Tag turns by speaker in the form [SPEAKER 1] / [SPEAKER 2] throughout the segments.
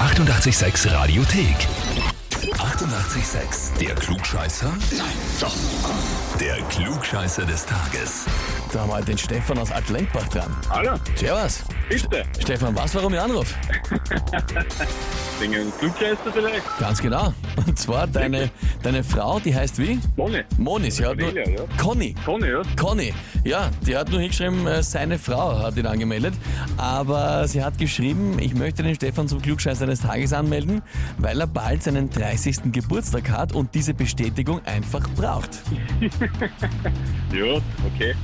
[SPEAKER 1] 886 Radiothek. 88,6. Der Klugscheißer? Nein, doch. Der Klugscheißer des Tages.
[SPEAKER 2] Da haben wir halt den Stefan aus Altlenkbach dran.
[SPEAKER 3] Hallo,
[SPEAKER 2] Servus.
[SPEAKER 3] bitte.
[SPEAKER 2] Stefan, was, warum ich anrufe?
[SPEAKER 3] Wegen einem Klugscheißer vielleicht?
[SPEAKER 2] Ganz genau. Und zwar deine, deine Frau, die heißt wie?
[SPEAKER 3] Moni.
[SPEAKER 2] Monis, ja. Nur,
[SPEAKER 3] Cornelia, ja.
[SPEAKER 2] Conny.
[SPEAKER 3] Conny, ja?
[SPEAKER 2] Conny, ja, die hat nur hingeschrieben, äh, seine Frau hat ihn angemeldet. Aber sie hat geschrieben, ich möchte den Stefan zum Klugscheißer des Tages anmelden, weil er bald seinen 30. Geburtstag hat und diese Bestätigung einfach braucht.
[SPEAKER 3] Ja, okay.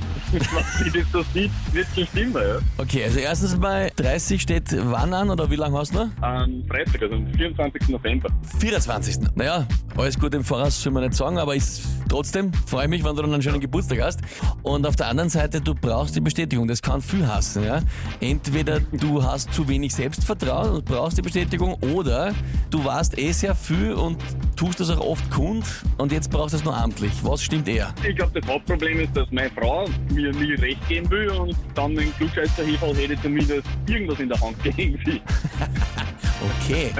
[SPEAKER 3] Was sie das so sieht, wird schon stimmen,
[SPEAKER 2] Okay, also erstens mal, 30 steht wann an oder wie lange hast du noch?
[SPEAKER 3] ja? Am Freitag, also am 24. November.
[SPEAKER 2] 24. Naja, alles gut im Voraus, soll man nicht sagen, aber ich, trotzdem freue ich mich, wenn du dann einen schönen Geburtstag hast. Und auf der anderen Seite, du brauchst die Bestätigung, das kann viel hassen. Ja? Entweder du hast zu wenig Selbstvertrauen und brauchst die Bestätigung, oder du warst eh sehr viel und tust das auch oft kund und jetzt brauchst du es nur amtlich. Was stimmt eher?
[SPEAKER 3] Ich glaube, das Hauptproblem ist, dass meine Frau mir nie recht geben will und dann ein klugscheißer Heferl hätte zumindest irgendwas in der Hand gegen sie.
[SPEAKER 2] Okay.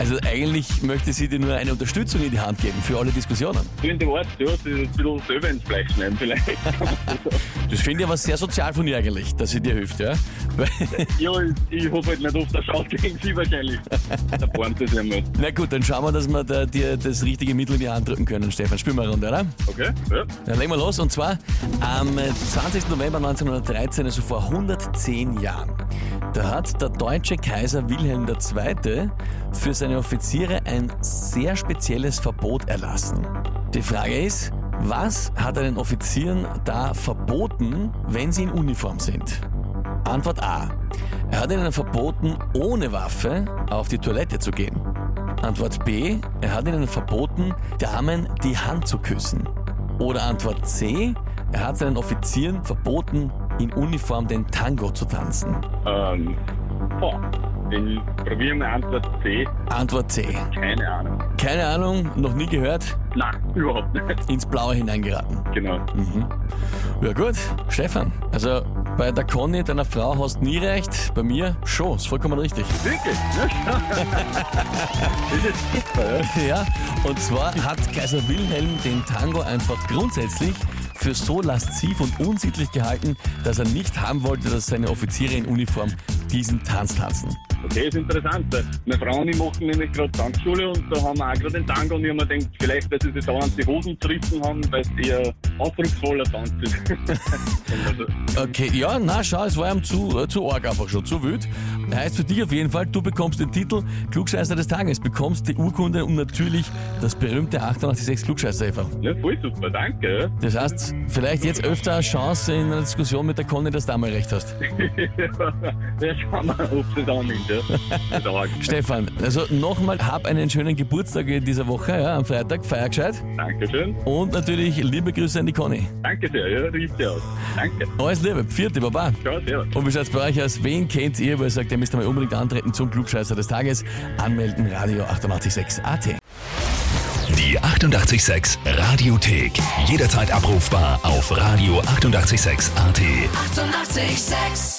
[SPEAKER 2] Also eigentlich möchte sie dir nur eine Unterstützung in die Hand geben für alle Diskussionen.
[SPEAKER 3] Du in dem Ort, ja, sie ist ein bisschen selber ins Fleisch schneiden vielleicht.
[SPEAKER 2] Das finde ich aber sehr sozial von ihr eigentlich, dass sie dir hilft, ja? Weil,
[SPEAKER 3] ja, ich, ich hoffe halt nicht auf der Schaut gegen sie wahrscheinlich. Da bäumt das einmal.
[SPEAKER 2] Na gut, dann schauen wir, dass wir da, dir das richtige Mittel in die Hand drücken können, Stefan. Spielen wir eine Runde, oder?
[SPEAKER 3] Okay, ja.
[SPEAKER 2] Dann legen wir los. Und zwar am 20. November 1913, also vor 110 Jahren, da hat der deutsche Kaiser Wilhelm II. für seine Offiziere ein sehr spezielles Verbot erlassen. Die Frage ist, was hat er den Offizieren da verboten, wenn sie in Uniform sind? Antwort A. Er hat ihnen verboten, ohne Waffe auf die Toilette zu gehen. Antwort B. Er hat ihnen verboten, Damen die Hand zu küssen. Oder Antwort C. Er hat seinen Offizieren verboten, in Uniform den Tango zu tanzen.
[SPEAKER 3] Ähm, boah, den probieren wir Antwort C.
[SPEAKER 2] Antwort C.
[SPEAKER 3] Keine Ahnung.
[SPEAKER 2] Keine Ahnung, noch nie gehört,
[SPEAKER 3] Nein, überhaupt nicht.
[SPEAKER 2] ins Blaue hineingeraten.
[SPEAKER 3] Genau.
[SPEAKER 2] Ja gut, Stefan. Also bei der Conny, deiner Frau, hast nie recht. Bei mir schon, ist vollkommen richtig.
[SPEAKER 3] Wirklich? Ne? das ist super, ja.
[SPEAKER 2] Ja, und zwar hat Kaiser Wilhelm den Tango einfach grundsätzlich für so lasziv und unsittlich gehalten, dass er nicht haben wollte, dass seine Offiziere in Uniform diesen Tanz tanzen.
[SPEAKER 3] Okay, ist interessant. weil Meine Frau und ich machen nämlich gerade Tanzschule und da haben wir auch gerade den Tango und ich habe mir gedacht, vielleicht, dass sie sich dauernd die Hosen zerrissen haben, weil es eher ausdrucksvoller Tanz ist. Und also,
[SPEAKER 2] Okay, ja, na schau, es war ihm zu, äh, zu arg einfach schon, zu wild. Heißt für dich auf jeden Fall, du bekommst den Titel Klugscheißer des Tages, bekommst die Urkunde und natürlich das berühmte 886 klugscheißer -Efer.
[SPEAKER 3] ja, ne, voll super, danke. ja.
[SPEAKER 2] Das heißt, vielleicht jetzt öfter eine Chance in einer Diskussion mit der Conny, dass du einmal recht hast.
[SPEAKER 3] Ja, schauen wir, ob sie es annimmt. Ja. Das ist arg.
[SPEAKER 2] Stefan, also nochmal, hab einen schönen Geburtstag in dieser Woche, ja, am Freitag, feier gescheit.
[SPEAKER 3] Dankeschön.
[SPEAKER 2] Und natürlich liebe Grüße an die Conny.
[SPEAKER 3] Danke sehr, ja, riecht ja aus. Danke.
[SPEAKER 2] Alles Liebe, vierte, Baba.
[SPEAKER 3] Ciao, servus.
[SPEAKER 2] Und wie schaut's bei euch aus? Wen kennt ihr, wo ihr sagt, ihr müsst einmal unbedingt antreten zum Klugscheißer des Tages? Anmelden, Radio 886 AT.
[SPEAKER 1] Die 88,6 Radiothek. Jederzeit abrufbar auf radio886.at. 88,6.
[SPEAKER 4] Eighty-eight, sex.